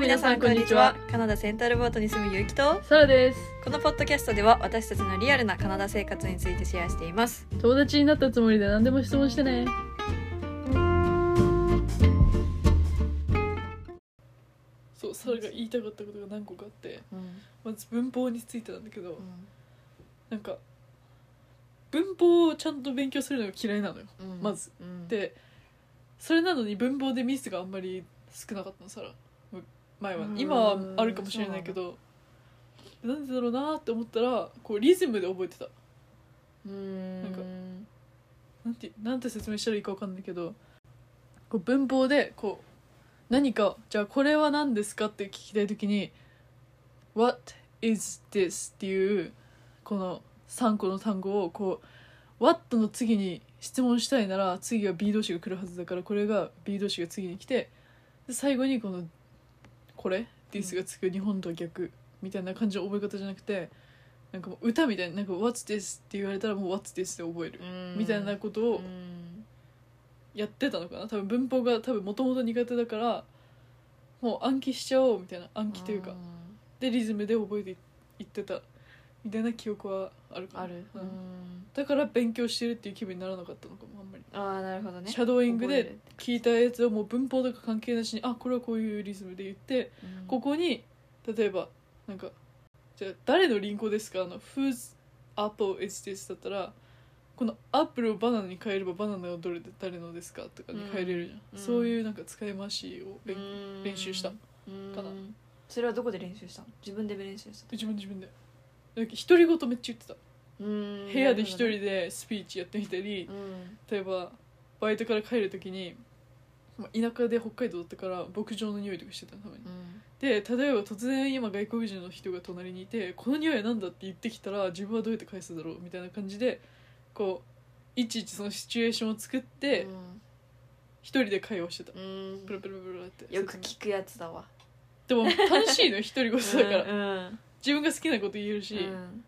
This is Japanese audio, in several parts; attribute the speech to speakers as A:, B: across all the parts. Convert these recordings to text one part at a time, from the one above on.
A: 皆さんこんにちはカナダセンタルボートに住むゆうきと
B: サラです
A: このポッドキャストでは私たちのリアルなカナダ生活についてシェアしています
B: 友達になったつもりで何でも質問してねそうサラが言いたかったことが何個かあって
A: うん
B: まず文法についてなんだけど
A: うん
B: なんか文法をちゃんと勉強するのが嫌いなのよ
A: うん
B: まず
A: うん
B: でそれなのに文法でミスがあんまり少なかったのサラむ前は
A: うん
B: 今はあるかもしれないけどなんでだろうなって思ったらこうリズムで覚えてた
A: うん
B: なんかなんてなんて説明したらいいか分かんないけどこう文法でこう何かじゃあこれは何ですかって聞きたい時に「What is this?」っていうこの3個の単語をこう「What」の次に質問したいなら次は B 動詞が来るはずだからこれが B 動詞が次に来てで最後にこの「これ?」this がつく日本とは逆みたいな感じの覚え方じゃなくてなんかもう歌みたいになんか「What's this?」って言われたらもう「What's this?」で覚える。
A: うん
B: みたいなこと
A: う
B: を
A: ん
B: やってたのかな多分文法が多分もともと苦手だからもう暗記しちゃおうみたいな暗記というかでリズムで覚えていいってたみたいな記憶はあるかな
A: ある
B: う
A: うんん
B: だから勉強してるっていう気分にならなかったのかもあんまり、
A: ああなるほどね
B: シャドーイング
A: 覚え
B: で聞いたやつをもう文法とか関係なしにあこれはこういうリズムで言って
A: るうん
B: ここに例えばなんかじゃあ誰のリンゴですかあの「Whose apple is this?」だったらこのアップルをバナナに変えればバナナはどれで誰のですかとかに変えれるじゃん、
A: うん
B: そういうなんか使い回しを勉
A: うん
B: 練習した
A: うん
B: かな
A: それはどこで練習したの自分で練習した
B: 自分で自分でなんか独り言めっちゃ言ってた
A: 部
B: 部屋で一人でスピーチやってみたり
A: うん
B: 例えばバイトから帰る時に、まあ、田舎で北海道だったから牧場の匂いとかしてたのたまに
A: うん
B: で例えば突然今外国人の人が隣にいて「この匂いは何だ?」って言ってきたら自分はどうやって返すだろうみたいな感じでこういちいちそのシチュエーションを作って一人で会話してた、
A: うん
B: プラプラプラプラって
A: よく聞くやつだわ
B: でも楽しいのよ一人ごとだから、
A: うん
B: 自分が好きなこと言える
A: う
B: し、ま
A: ん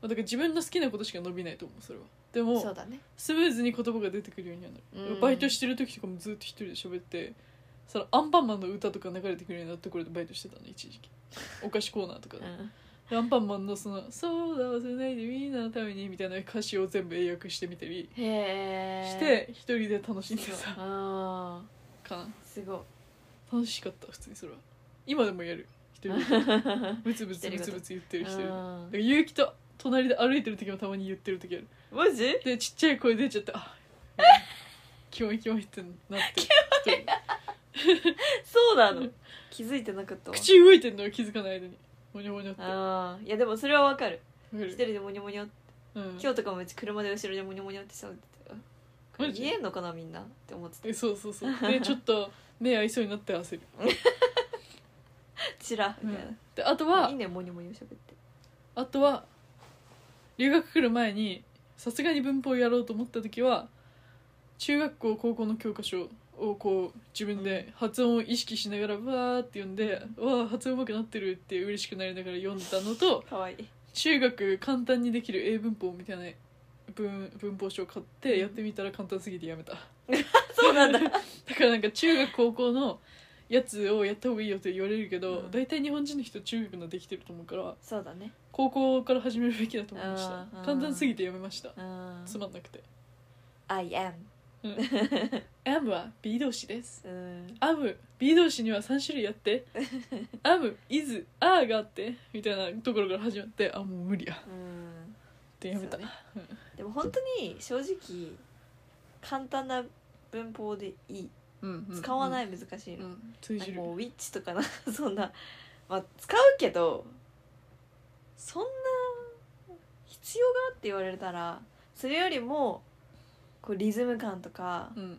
B: あだから自分の好きなことしか伸びないと思うそれはで
A: うんそう
B: も
A: だね
B: スムーズに言葉が出てくるようにはなる、
A: うん
B: バイトしてる時とかもずっと一人で喋ってそのアンパンマンの歌とか流れてくるようになったところでバイトしてたの一時期お菓子コーナーとかで
A: うん
B: でアンパンマンのその「そうだ忘れないでみんなのために」みたいな歌詞を全部英訳してみたり
A: へえ
B: して一人で楽しんで
A: そう
B: た
A: あ
B: かな
A: ーすごい
B: 楽しかった普通にそれは今でもやる一人 でブツブツブツブツ言ってる一人でだか
A: うん
B: ら結城と隣で歩いてる時もたまに言ってる時ある
A: マジ
B: でちっちゃい声出ちゃって あキモいキモいってなって一人
A: そうなの気づいてなかったわ
B: 口動いてんのよ気づかない間にモニョモニョってわ
A: あーいやでもそれはわかる
B: か
A: 一
B: る
A: 人でモニョモニョ
B: うん
A: 今日とかもうち車で後ろでモニョモニョってさこれ
B: マジ
A: 見えんのかなみんなって思って
B: えそうそうそうでちょっと目合いそうになって焦る
A: たチラみたい
B: であと
A: な
B: はい
A: いねモニョモニョ喋って
B: あとは留学来る前にさすがに文法をやろうと思った時は中学校高校の教科書をこう自分で発音を意識しながらわーって読んで「わあ発音うまくなってる」って嬉しくなりながら読んでたのと
A: かわいい
B: 中学簡単にできる英文法みたいな文文法書を買ってやってみたら簡単すぎてやめた。
A: そうなんだ
B: だからなんか中学高校のやつをやった方がいいよって言われるけど、
A: うん
B: 大体日本人の人中学のできてると思うから
A: そうだね
B: 高校から始めるべきだと思いまし
A: あ
B: た
A: ーあー
B: 簡単すぎてやめました
A: うん
B: つまんなくて
A: I am
B: 「アムは B 動詞です
A: うん
B: 「アム B 動詞には3種類あ って「アム is あ」があってみたいなところから始まってあもう無理やっ
A: うん
B: てやめた、
A: そうねでも本当に正直簡単な文法でいい
B: うんうん、
A: 使わないい難しい
B: うん
A: の、
B: 通
A: なん
B: じ
A: か
B: る
A: もうウィッチとかな そんなまあ使うけどそんな必要がって言われたらそれよりもこうリズム感とか、
B: うん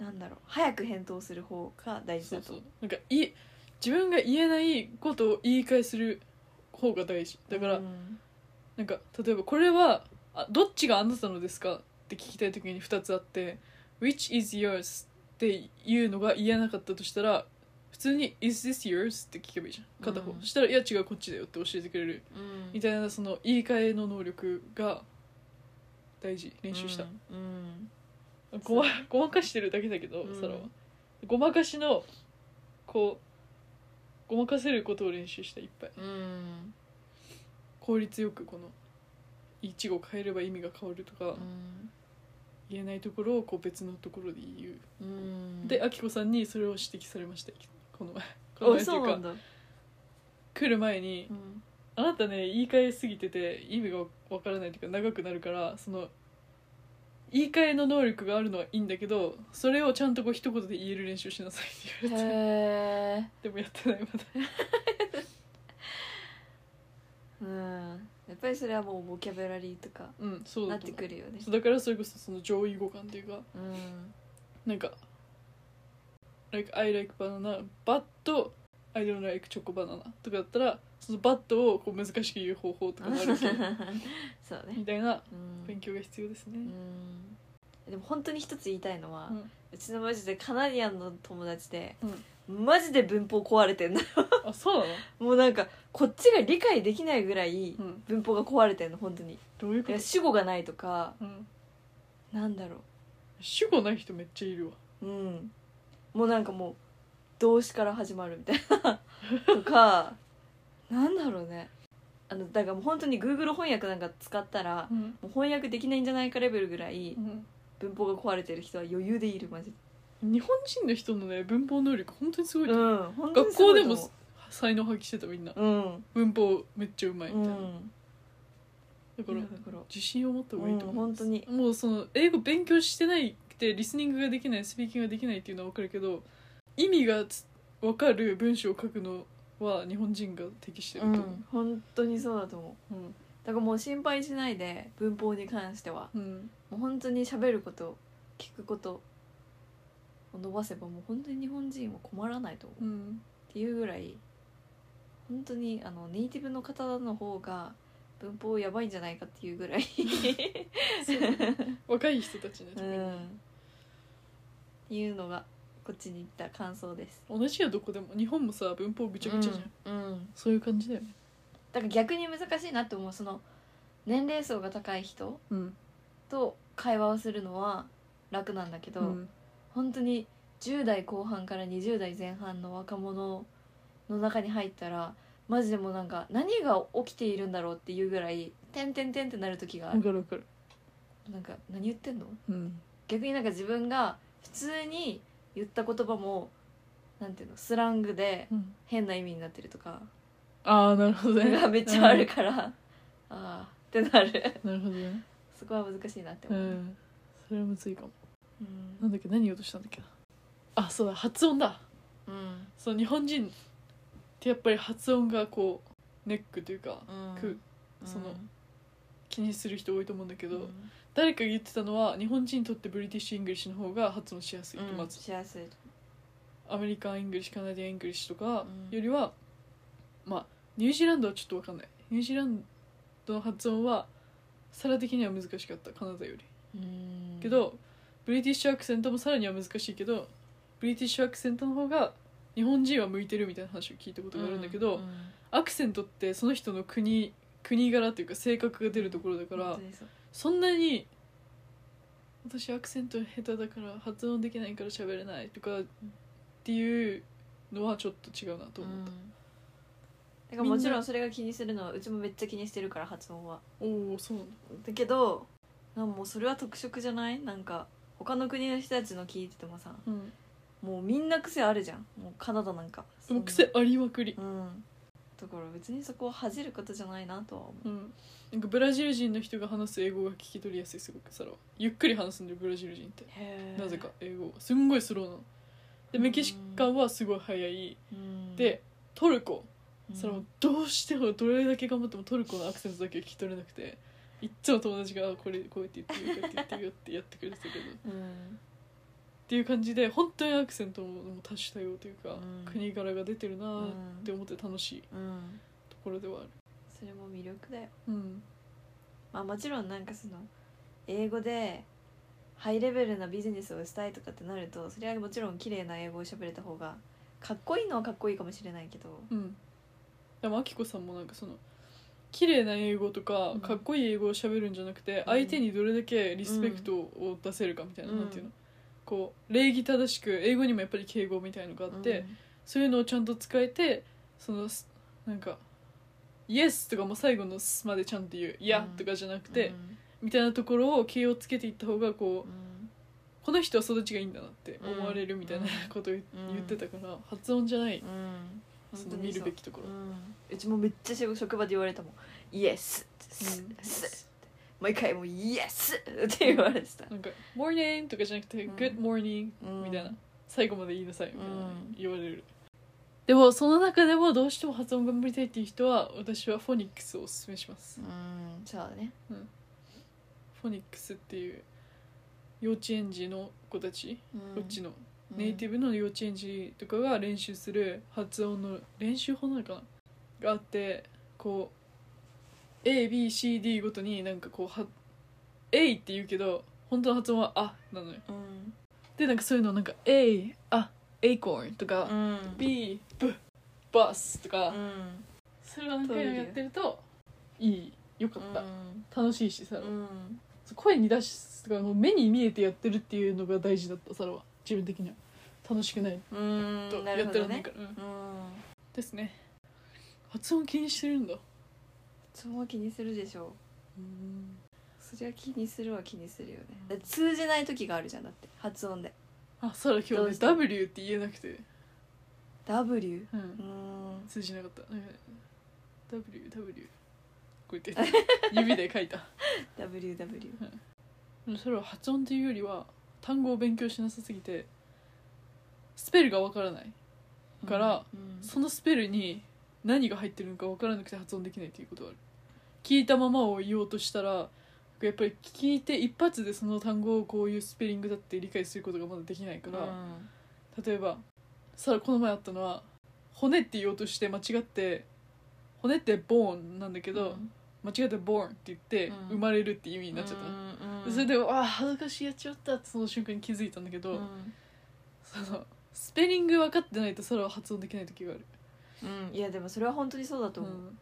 A: なんだろう早く返答する方が大事
B: そ
A: だ
B: う
A: と
B: そ
A: 思
B: うなんかい自分が言えないことを言い返する方が大事
A: う
B: だから、
A: うん
B: なんか例えばこれはあどっちがあなたのですかって聞きたい時に2つあって「Which is yours?」っていうのが言えなかったとしたら普通に「Is this yours?」って聞けばいいじゃん片方、
A: うん
B: したら「いや違うこっちだよ」って教えてくれる
A: うん
B: みたいなその言い換えの能力が大事練習した
A: う、んうん
B: ごまごまかしてるだけだけど、
A: うん
B: それはごまかしのこごまかせることを練習したいっぱい
A: うん
B: 効率よくこの一語変えれば意味が変わるとか
A: うん
B: 言えないところをこう別のところで言う、
A: うん
B: であきこさんにそれを指摘されましたこ の前この
A: お
B: 前とい
A: そうう
B: か
A: なんだ
B: 来る前に
A: うん
B: 「あなたね言い換えすぎてて意味がわからないというか長くなるからその言い換えの能力があるのはいいんだけどそれをちゃんとこう一言で言える練習しなさい」って言われて
A: へえ
B: でもやってないまだ
A: うんやっぱりそれはもうボキャブラリーとか
B: うんそう
A: なっ
B: だと
A: て
B: 思
A: くるよね
B: うそうだからそれこそその上位互換というか
A: うん
B: なんか「like, I like banana but I don't like チョコバナナ」とかだったらそのバットをこう難しく言う方法とかもあるわけ
A: そうね
B: みたいな
A: うん
B: 勉強が必要です
A: う
B: ね、
A: んでも本当に一つ言いたいのは、
B: う
A: うんちのマジでカナディアンの友達で、マジで文法壊れてんの
B: あそうなの、
A: もうなんかこっちが理解できないぐらい
B: うん、
A: 文法が壊れてんの本当に
B: どういう
A: い
B: こと
A: や主語がないとか
B: うん
A: なんだろ
B: 主語ない人めっちゃいるわ
A: ううんもうなんかもう動詞から始まるみたいなとかなんだろうねあのだからもう本当に Google 翻訳なんか使ったら
B: うん、
A: もう翻訳できないんじゃないかレベルぐらい文法が壊れてる人は余裕でいるマジで
B: 日本人の人のね文法能力本当にすごいと思う、
A: うん本当に
B: 学
A: す
B: 校
A: ごい
B: で
A: と思
B: も
A: う
B: 才能発揮してたみんな
A: うん
B: 文法めっちゃうまいみ
A: う
B: たいな、
A: ん
B: だから
A: だから
B: 自信を持った方がいいと思います、
A: うん本当
B: もうその英語勉強してないってリスニングができないスピーキングができないっていうのは分かるけど意味がつ分かる文章を書くのは日本人が適してる
A: う
B: と思
A: ん本当にそうだと思う
B: う、うん
A: だからもう心配しないで文法に関しては
B: うん
A: もう本当に喋ること聞くことを伸ばせばもう本当に日本人は困らないと思う、
B: う
A: っ
B: ん
A: ていうぐらい本当にあのネイティブの方の方が文法やばいんじゃないかっていうぐらい
B: そう若い人たちね
A: う
B: 特に、
A: んっていうのがこっちに行った感想です
B: 同じやどこでも日本もさ文法ぐちゃぐちゃじゃん、
A: うんうん
B: そういう感じだよね
A: だから逆に難しいなって思うその年齢層が高い人
B: うん
A: と会話をするのは楽なんだけど、
B: うん
A: 本当に10代後半から20代前半の若者の中に入ったらマジでもうなんか何が起きているんだろうっていうぐらい「てんてんてん」ってなる時があ
B: 分
A: る
B: かる分かる
A: なんか何言ってんの
B: うん
A: 逆になんか自分が普通に言った言葉もなんていうのスラングで
B: うん
A: 変な意味になってるとか
B: ああなるほどね
A: が めっちゃあるから、ああってなる
B: なるほどね
A: そこは難しいなって
B: う
A: 思う、
B: んそれはむずいかも
A: うん
B: なんだっけ何言おうとしたんだっけなあそうだ発音だ
A: うん
B: そう日本人ってやっぱり発音がこうネックというか
A: うん
B: くその気にする人多いと思うんだけ
A: け
B: ど、誰かが言ってたのは日本人にとってブリティッシュ・イングリッシュの方が発音しやすいと、まず
A: しやすいと
B: アメリカン・イングリッシュカナディアン・イングリッシュとか
A: うん
B: よりは、まあニュージーランドはちょっと分かんないニュージーランドの発音は皿的には難しかったカナダより
A: うん
B: けどブリティッシュアクセントもさらには難しいけどブリティッシュアクセントの方が日本人は向いてるみたいな話を聞いたことがあるんだけど、
A: うん
B: アクセントってその人の国国柄というか性格が出るところだか
A: 本
B: ら
A: 当にそう
B: そんなに私アクセント下手だから発音できないから喋れないとかっていうのはちょっと違うなと思っ
A: うんだからもちろんそれが気にするのはうちもめっちゃ気にしてるから発音は
B: た、おおそうなんだ
A: だけどなんかもうそれは特色じゃないなんか他の国の人たちの聞いててもさ
B: うん
A: もうみんな癖あるじゃんもうカナダなんか
B: でも癖ありまくり
A: うんだから別にそこを恥じることじゃないなとは思う
B: うんなんかブラジル人の人が話す英語が聞き取りやすいすごくサラはゆっくり話すんだよブラジル人って
A: へー
B: なぜか英語がすんごいスローなのでメキシカンはすごい早い
A: うん
B: でトルコ
A: うん
B: それもどうしてもどれだけ頑張ってもトルコのアクセントだけは聞き取れなくていっつも友達があ「これこうやって言ってるよこうやって言ってるよ」ってやってくれてたけどっ
A: うん
B: ていう感じで本当にアクセントも多種多様というか、
A: うん
B: 国柄が出てるな
A: う
B: ー
A: ん
B: って思って楽しい
A: うん
B: ところではある
A: それも魅力だよ
B: うん
A: まあもちろんなんかその英語でハイレベルなビジネスをしたいとかってなるとそれはもちろん綺麗な英語を喋れた方がかっこいいのはかっこいいかもしれないけど
B: うんでもあきこさんもなんかその綺麗な英語とか
A: うん
B: かっこいい英語を喋るんじゃなくて、相手にどれだけリスペクトを出せるかみたいな、
A: うん
B: なんていうのこう礼儀正しく英語にもやっぱり敬語みたいのがあって、
A: うん
B: そういうのをちゃんと使えてそのすなんか「Yes」とかも最後の「す」までちゃんと言う「いや
A: うん」
B: とかじゃなくて、みたいなところを形をつけていった方がこうこの人は育ちがいいんだなって思われるみたいな
A: うん
B: ことを言
A: うん
B: 言ってたから、発音じゃない
A: うん、うん、
B: その見るべきところ
A: う、ん、うちもめっちゃ仕事職場で言われたもん「イエス」す
B: うん
A: す毎回もう「イエス」って言われてた、
B: なんか「Morning」とかじゃなくて「
A: うん
B: Good morning」みたいな、最後まで言いなさいみたいな、
A: うん
B: 言われるでもその中でもどうしても発音頑張りたいっていう人は私はフォニックスをおすすめします、
A: うんそうだね
B: フォニックスっていう幼稚園児の子たち、こっちのネイティ
A: ブ
B: ブの幼稚園児とかが練習する発音の練習法なのかながあってこう ABCD ごとになんかこうは A って言うけど本当の発音は「あ」なのよ
A: うん、
B: でなんかそういうのなんか「A」「あ」「エイコーン」とか「
A: うん、
B: B」「ブ」「バス」とか、
A: うん
B: それを何回もやってるといいよかった、
A: うん
B: 楽しいしさ、
A: うん
B: 声に出すとかもう目に見えてやってるっていうのが大事だったサラは自分的には楽しくない
A: うん
B: と
A: な
B: や
A: る
B: っ
A: ほ
B: てら
A: ど
B: んない
A: ね
B: から、うん
A: うん
B: ですね発音気にしてるんだ
A: そうは気にするでしょそりゃ気にするは気にするよねだって通じない時があるじゃんだって発音で
B: あサラ今
A: ど
B: 日
A: う
B: ね
A: した
B: W って言えなくて、
A: W
B: う、
A: うんん
B: 通じなかったなんか WW こう やって指で書いた
A: WW
B: それは発音っていうよりは単語を勉強しなさすぎてスペルがわからないから、
A: うん
B: そのスペルに何が入ってるのか分からなくて発音できないということはある聞いたままを言おうとしたらやっぱり聞いて一発でその単語をこういうスペリングだって理解することがまだできないから、
A: うん
B: 例えばさあこの前あったのは「骨」って言おうとして間違って「骨」って「ボーン」なんだけど、
A: うん
B: 間違って「ボーン」って言って、
A: うん
B: 生まれるって意味になっちゃったの、
A: た
B: それで「ああ恥ずかしいやっちまった」ってその瞬間に気づいたんだけど、そのスペリング分かってないとそれは発音できない時がある
A: うんいやでもそれは本当にそうだと思う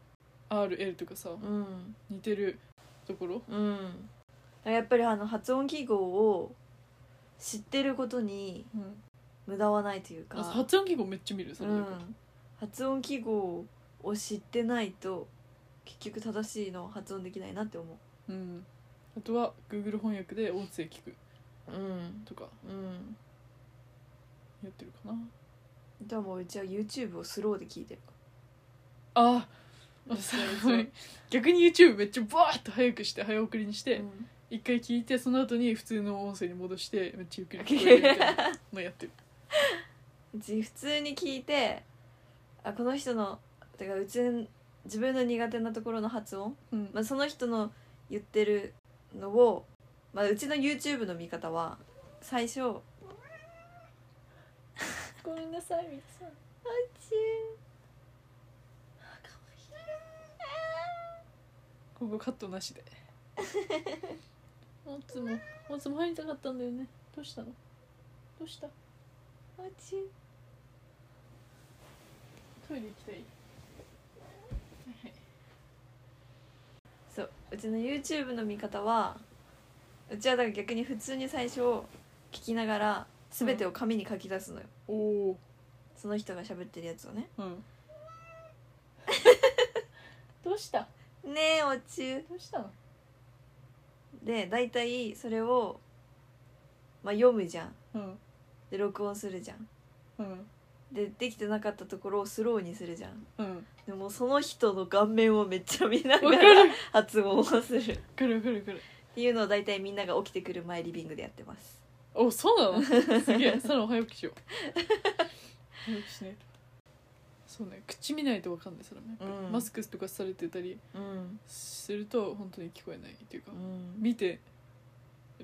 B: RL とかさ
A: うん
B: 似てるところ
A: うんやっぱりあの発音記号を知ってることに無駄はないという
B: あ
A: か
B: 発音記号めっちゃ見るそうの
A: ん、発音記号を知ってないと結局正しいのを発音できないなって思
B: うんあとは Google 翻訳で音声聞く
A: ううん
B: とか
A: うん
B: やってるかな
A: でもうちは YouTube をスローで聞いてるか
B: あ
A: ら
B: あそう逆に YouTube めっちゃバーッと早くして早送りにし
A: う
B: て
A: ん
B: 一、回聞いてその後に普通の音声に戻してめっちゃゆっくり聞こえるみたいなのやってる
A: うち普通に聞いてあこの人のだからうちの自分の苦手なところの発音、
B: うん
A: まあ、その人の言ってるのを、まあ、うちの YouTube の見方は最初
B: ごめんなさい皆さん
A: 「あちゅーあかわ
B: ここカットな しでおつもおつも入りたかったんだよねどうしたのどうした
A: いいあちゅー
B: トイレ行きたいはいはい
A: そううちの YouTube の見方はうちはだから逆に普通に最初聞きながら全てを紙に書き出すのよ、
B: おお
A: その人が喋ってるやつをね
B: うん どうした
A: 「ねえお中
B: どうしたの」
A: で大体それを、まあ、読むじゃん
B: うん
A: で録音するじゃん
B: うん
A: でできてなかったところをスローにするじゃん
B: うんわ
A: でもその人の顔面をめっちゃ見な
B: か
A: が
B: る
A: ら発音をするっ
B: くるくるくる
A: ていうのを大体みんなが起きてくる前リビングでやってます
B: おそうなの すげえサロン早起きしよう早起きしないとそうね口見ないとわかんないそれもやっぱり、
A: うん
B: マスクとかされてたり
A: うん
B: すると本当に聞こえないっていうか、
A: ん
B: 見て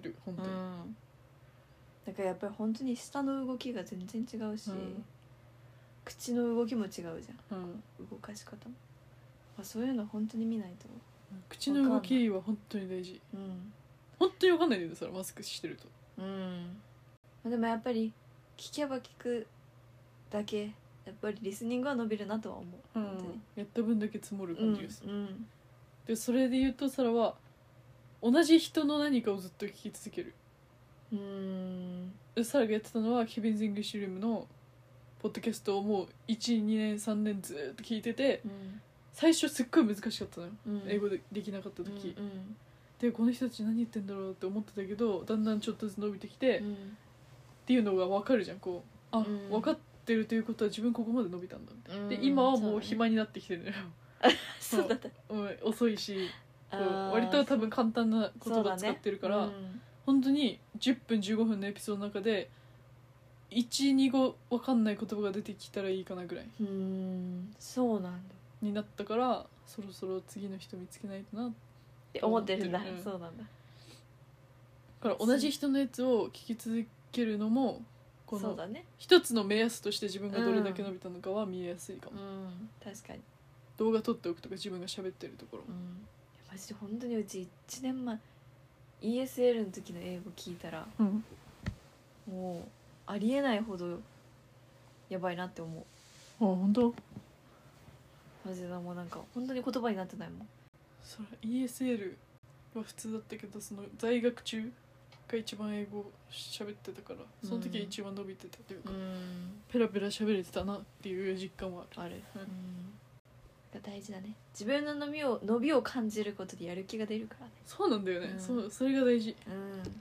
B: る本当に、
A: うん、だからやっぱり本当に舌の動きが全然違うし、
B: うん
A: 口の動きも違うじゃん
B: うん
A: 動かし方もあそういうの本当に見ないと
B: 口の動きは本当に大事
A: 思う
B: 本当にわかんないんだよそれマスクしてると
A: うん、うんまあ、でもやっぱり聞けば聞くだけやっぱりリスニングは伸びるなとは思う、本
B: やった分だけ積もる
A: 当に
B: 感じがする、
A: うん、うん
B: でそれで言うとサラは同じ人の何かをずっと聞き続ける
A: うーん
B: でサラがやってたのはケビンズ・イングッシュルームの「ポッドキャストをもう12年3年ずーっと聞いてて
A: うん
B: 最初すっごい難しかったのよ、
A: うん
B: 英語でできなかった時、
A: うん
B: でこの人たち何言ってんだろうって思ってたけどだんだんちょっとずつ伸びてきて、
A: う
B: っ
A: ん
B: ていうのが分かるじゃんこうあ、
A: うん
B: 分かってるということは自分ここまで伸びたんだみたい
A: うん
B: なで今はもう
A: そうだね
B: 暇になってきてるのよ、
A: そうだった
B: うん遅いしこう
A: あー
B: 割と多分簡単な
A: そ
B: 言
A: うだ
B: 葉
A: ね
B: 使ってるから、
A: うん
B: 本当に10分15分のエピソードの中で12個分かんない言葉が出てきたらいいかなぐらいう
A: ーんそうなんだ
B: になったからそろそろ次の人見つけないとなだ
A: って思ってるんだ、
B: 思ってるうん
A: そうなんだ
B: から同じ人のやつを聞き続けるのもこ
A: そう
B: の
A: だね
B: 一つの目安として自分がどれだけ伸びたのかは見えやすいか
A: う
B: も、
A: ん確かに
B: 動画撮っておくとか自分が喋ってるところ
A: うんいやマジで本当にうち1年前 ESL の時の英語聞いたら
B: うん
A: もうありえないほどやばいなって思う
B: あ本当
A: マジでもうなんか本当に言葉になってないもん
B: それ ESL は普通だったけどその在学中が一番英語喋ってたからその時は一番伸びてたというか、
A: ん
B: ペラペラ喋れてたなっていう実感はある
A: あ
B: うん
A: るが大事だね自分の伸びを伸びを感じることでやる気が出るからね
B: そうなんだよね、
A: うん
B: そうそれが大事
A: うん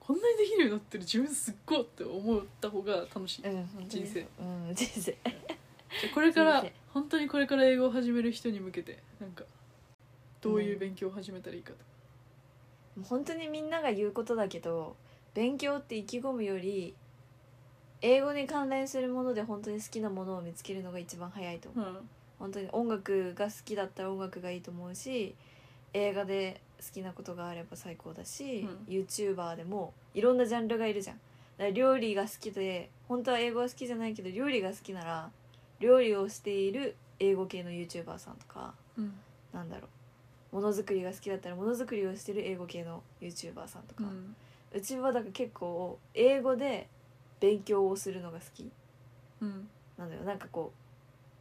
B: こんなにできるようになってる自分すっごいって思った方が楽しい、
A: うん本当に
B: 人
A: うん人生
B: これから
A: 人生
B: 本当にこれから英語を始める人に向けてなんかどういう勉強を始めたらいいかとか、
A: もう本当にみんなが言うことだけど勉強って意気込むより英語に関連するもので本当に好きなものを見つけるのが一番早いと思う
B: うん
A: 本当に音楽が好きだったら音楽がいいと思うし映画で好きなことがあれば最高だし、
B: う
A: YouTuber でもいろんなジャンルがいるじゃんだから料理が好きで本当は英語は好きじゃないけど料理が好きなら料理をしている英語系の YouTuber さんとか
B: うん
A: なんだろうものづくりが好きだったらものづくりをしてる英語系の YouTuber さんと
B: う
A: か、
B: ん
A: うちはだから結構英語で勉強をするのが好き
B: うん
A: なのよなんかこ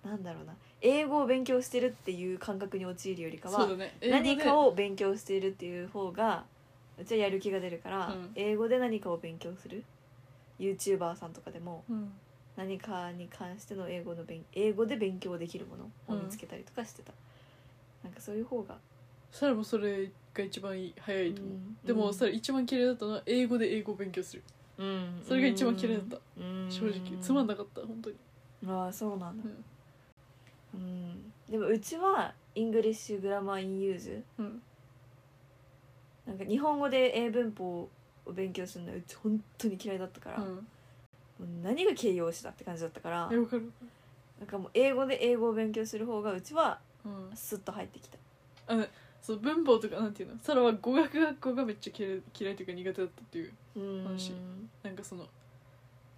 A: うなんだろうな英語を勉強してるっていう感覚に陥るよりか
B: そう
A: は、
B: だね英語で
A: 何かを勉強しているっていう方がうちはやる気が出るから、
B: うん
A: 英語で何かを勉強する YouTuber さんとかでも
B: うん
A: 何かに関しての英語の勉英語で勉強できるものを見つけたりとかしてた、なんかそういう方が、
B: それもそれが一番いい早いと思う、
A: うん
B: でもそれ
A: うん
B: 一番嫌いだったのは英語で英語を勉強するそれが一番嫌いだった、
A: うん
B: 正直つまんなかった本当に、
A: ああそうなんだ
B: うん
A: うんでもうちはイングリッシュグラマーインユーズ
B: うん、
A: なんか日本語で英文法を勉強するのはうち本当に嫌いだったから、
B: う
A: も
B: ん
A: う何が形容詞だって感じだったから
B: えわかる
A: なんかもう英語で英語を勉強する方がうちは
B: うん
A: スッと入ってきた
B: そう文法とかなんていうのサラは語学学校がめっちゃ嫌い嫌いというか苦手だったっていう
A: うーん
B: 楽しいなんかその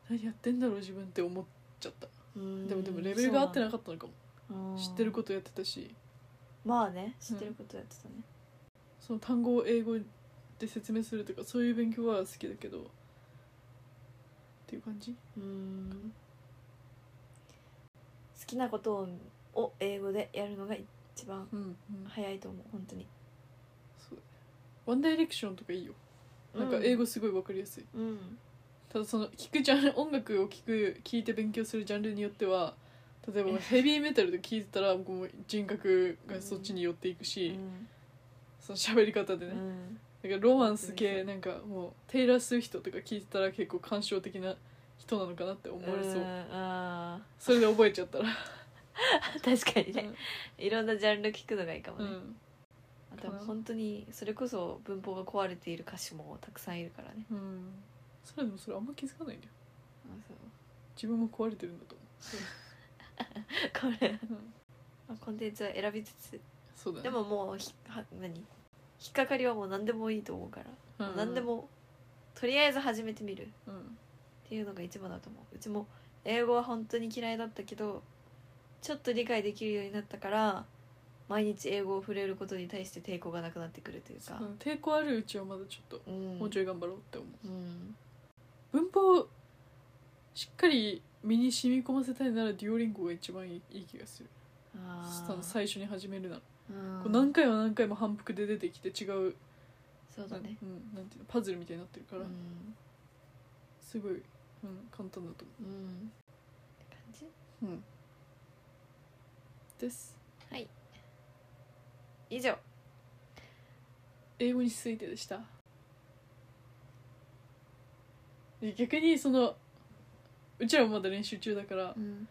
B: 何やってんだろう自分って思っちゃった
A: うーん
B: でもでもレベルが合って
A: い
B: なかったのかも知ってることやってたし
A: まあね知ってることやってたね、
B: その単語を英語で説明するとかそういう勉強は好きだけどっていう感じ
A: うーん好きなことをを英語でやるのが一番
B: うん、うん、
A: 早いと思う本当に
B: そうワンダイレクションとかいいよなんか英語すごいわかりやすい、
A: うん
B: ただその聞くジャンル音楽を聞く聞いて勉強するジャンルによっては例えばヘビーメタルで聞いてたらもう人格がそっちに寄っていく
A: う
B: し、
A: ん
B: その喋り方で
A: う
B: ね、
A: ん
B: なんかロマンス系なんかもうテイラー・スウィフトとか聞いてたら結構感傷的な人なのかなって思われそう、
A: んあ
B: それで覚えちゃったら、
A: ー確かにね、いろんなジャンル聞くのがいいかも
B: う
A: ね、
B: ん
A: あとは本当にそれこそ文法が壊れている歌手もたくさんいるからね
B: うん、それでもそれあんま気づかないんだよ
A: あそう
B: 自分も壊れてるんだと
A: これ
B: 思う、うん
A: まあコンテンツは選びつつ
B: そうだね
A: でももうひは何引っかかりはもう何でもいいと思うから、
B: うん
A: もう何でもとりあえず始めてみるっ
B: うん
A: ていうのが一番だと思ううちも英語は本当に嫌いだったけどちょっと理解できるようになったから毎日英語を触れることに対して抵抗がなくなってくるという
B: そう
A: か
B: だね抵抗あるうちはまだちょっと、
A: うん
B: もうちょい頑張ろうって思う
A: うん
B: 文法をしっかり身に染み込ませたいならデュオリンゴが一番いいいい気がする
A: あ
B: その
A: ー
B: 最初に始めるなら、
A: うん
B: こう何回も何回も反復で出てきて違う
A: そうだね
B: うん、なんていうのパズルみたいになってるか
A: う
B: ら、
A: ん
B: すごい、うん、簡単だと思
A: うん感じ
B: うんです
A: 以上
B: 英語についてでしたで逆にそのうちらもまだ練習中だから
A: うん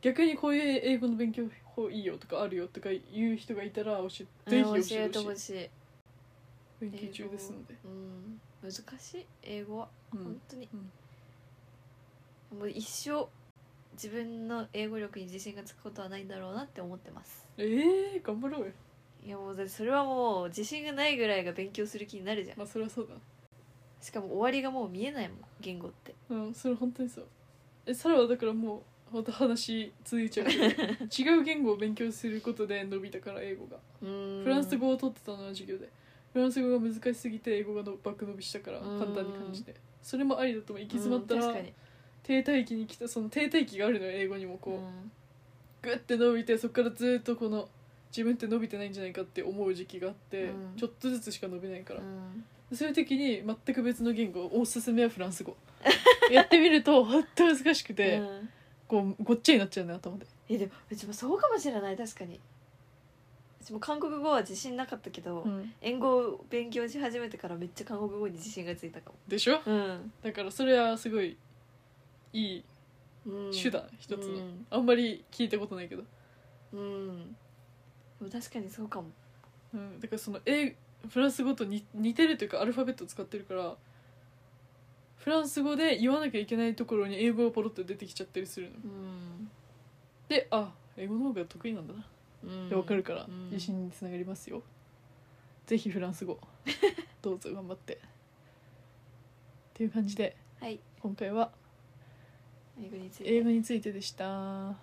B: 逆にこういう英語の勉強法いいよとかあるよとか言う人がいたら教え
A: 教
B: ぜひ教え
A: え
B: て
A: て
B: ほ
A: ほ
B: しい
A: しい
B: 勉強中ですので、
A: うん難しい英語は
B: う
A: 本
B: ん、
A: 当に、もう一生自分の英語力に自信がつくことはないんだろうなって思ってます
B: ええー、頑張ろうよ
A: いやもうだってそれはもう自信がないぐらいが勉強する気になるじゃん
B: まあそれはそうだ
A: しかも終わりがもう見えないもん言語って
B: なうんそれ本当にそうえサラはだからもうまた話続いちゃうけど違う言語を勉強することで伸びたから英語が
A: フ
B: フランス語を取ってたのは授業でフランス語が難しすぎて英語がのバック伸びしたから
A: うん
B: 簡単に感じてそれもありだと思う行き詰まった
A: うん
B: ら
A: 確かに
B: 停滞期に来たその停滞期があるのよ英語にもこう、
A: うん
B: グッて伸びてそこからずっとこの自分って伸びてないんじゃないかって思う時期があって、
A: うん
B: ちょっとずつしか伸びないから
A: う、ん
B: そういう時に全く別の言語おすすめはフラン ス語やってみると本当難しくて、
A: うん
B: こうごっちゃになっちゃうね頭で
A: えでもうちもそうかもしれない確かにうちも韓国語は自信なかったけど、英語を勉強し始めてからめっちゃ韓国語に自信がついたかも
B: でしょ
A: うん、
B: だからそれはすごいいい
A: うん、
B: 手段、一つの、
A: うん
B: あんまり聞いたことないけど、
A: うんでも確かにそうかも
B: うん、だからその英フランス語とに似てるというかアルファベットを使ってるからフランス語で言わなきゃいけないところに英語がポロッと出てきちゃったりするの
A: うん、
B: であ英語の方が得意なんだな
A: うん、
B: でわかるから
A: うん
B: 自信につながりますよ、ぜひフランス 語どうぞ頑張ってっていう感じで
A: はい
B: 今回は
A: 英語につい
B: 英
A: て
B: 語についてでしたま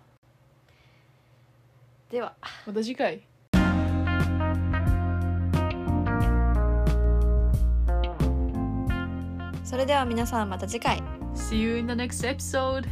A: では
B: た次回
A: それでは皆さんまた次回
B: See you in the next episode!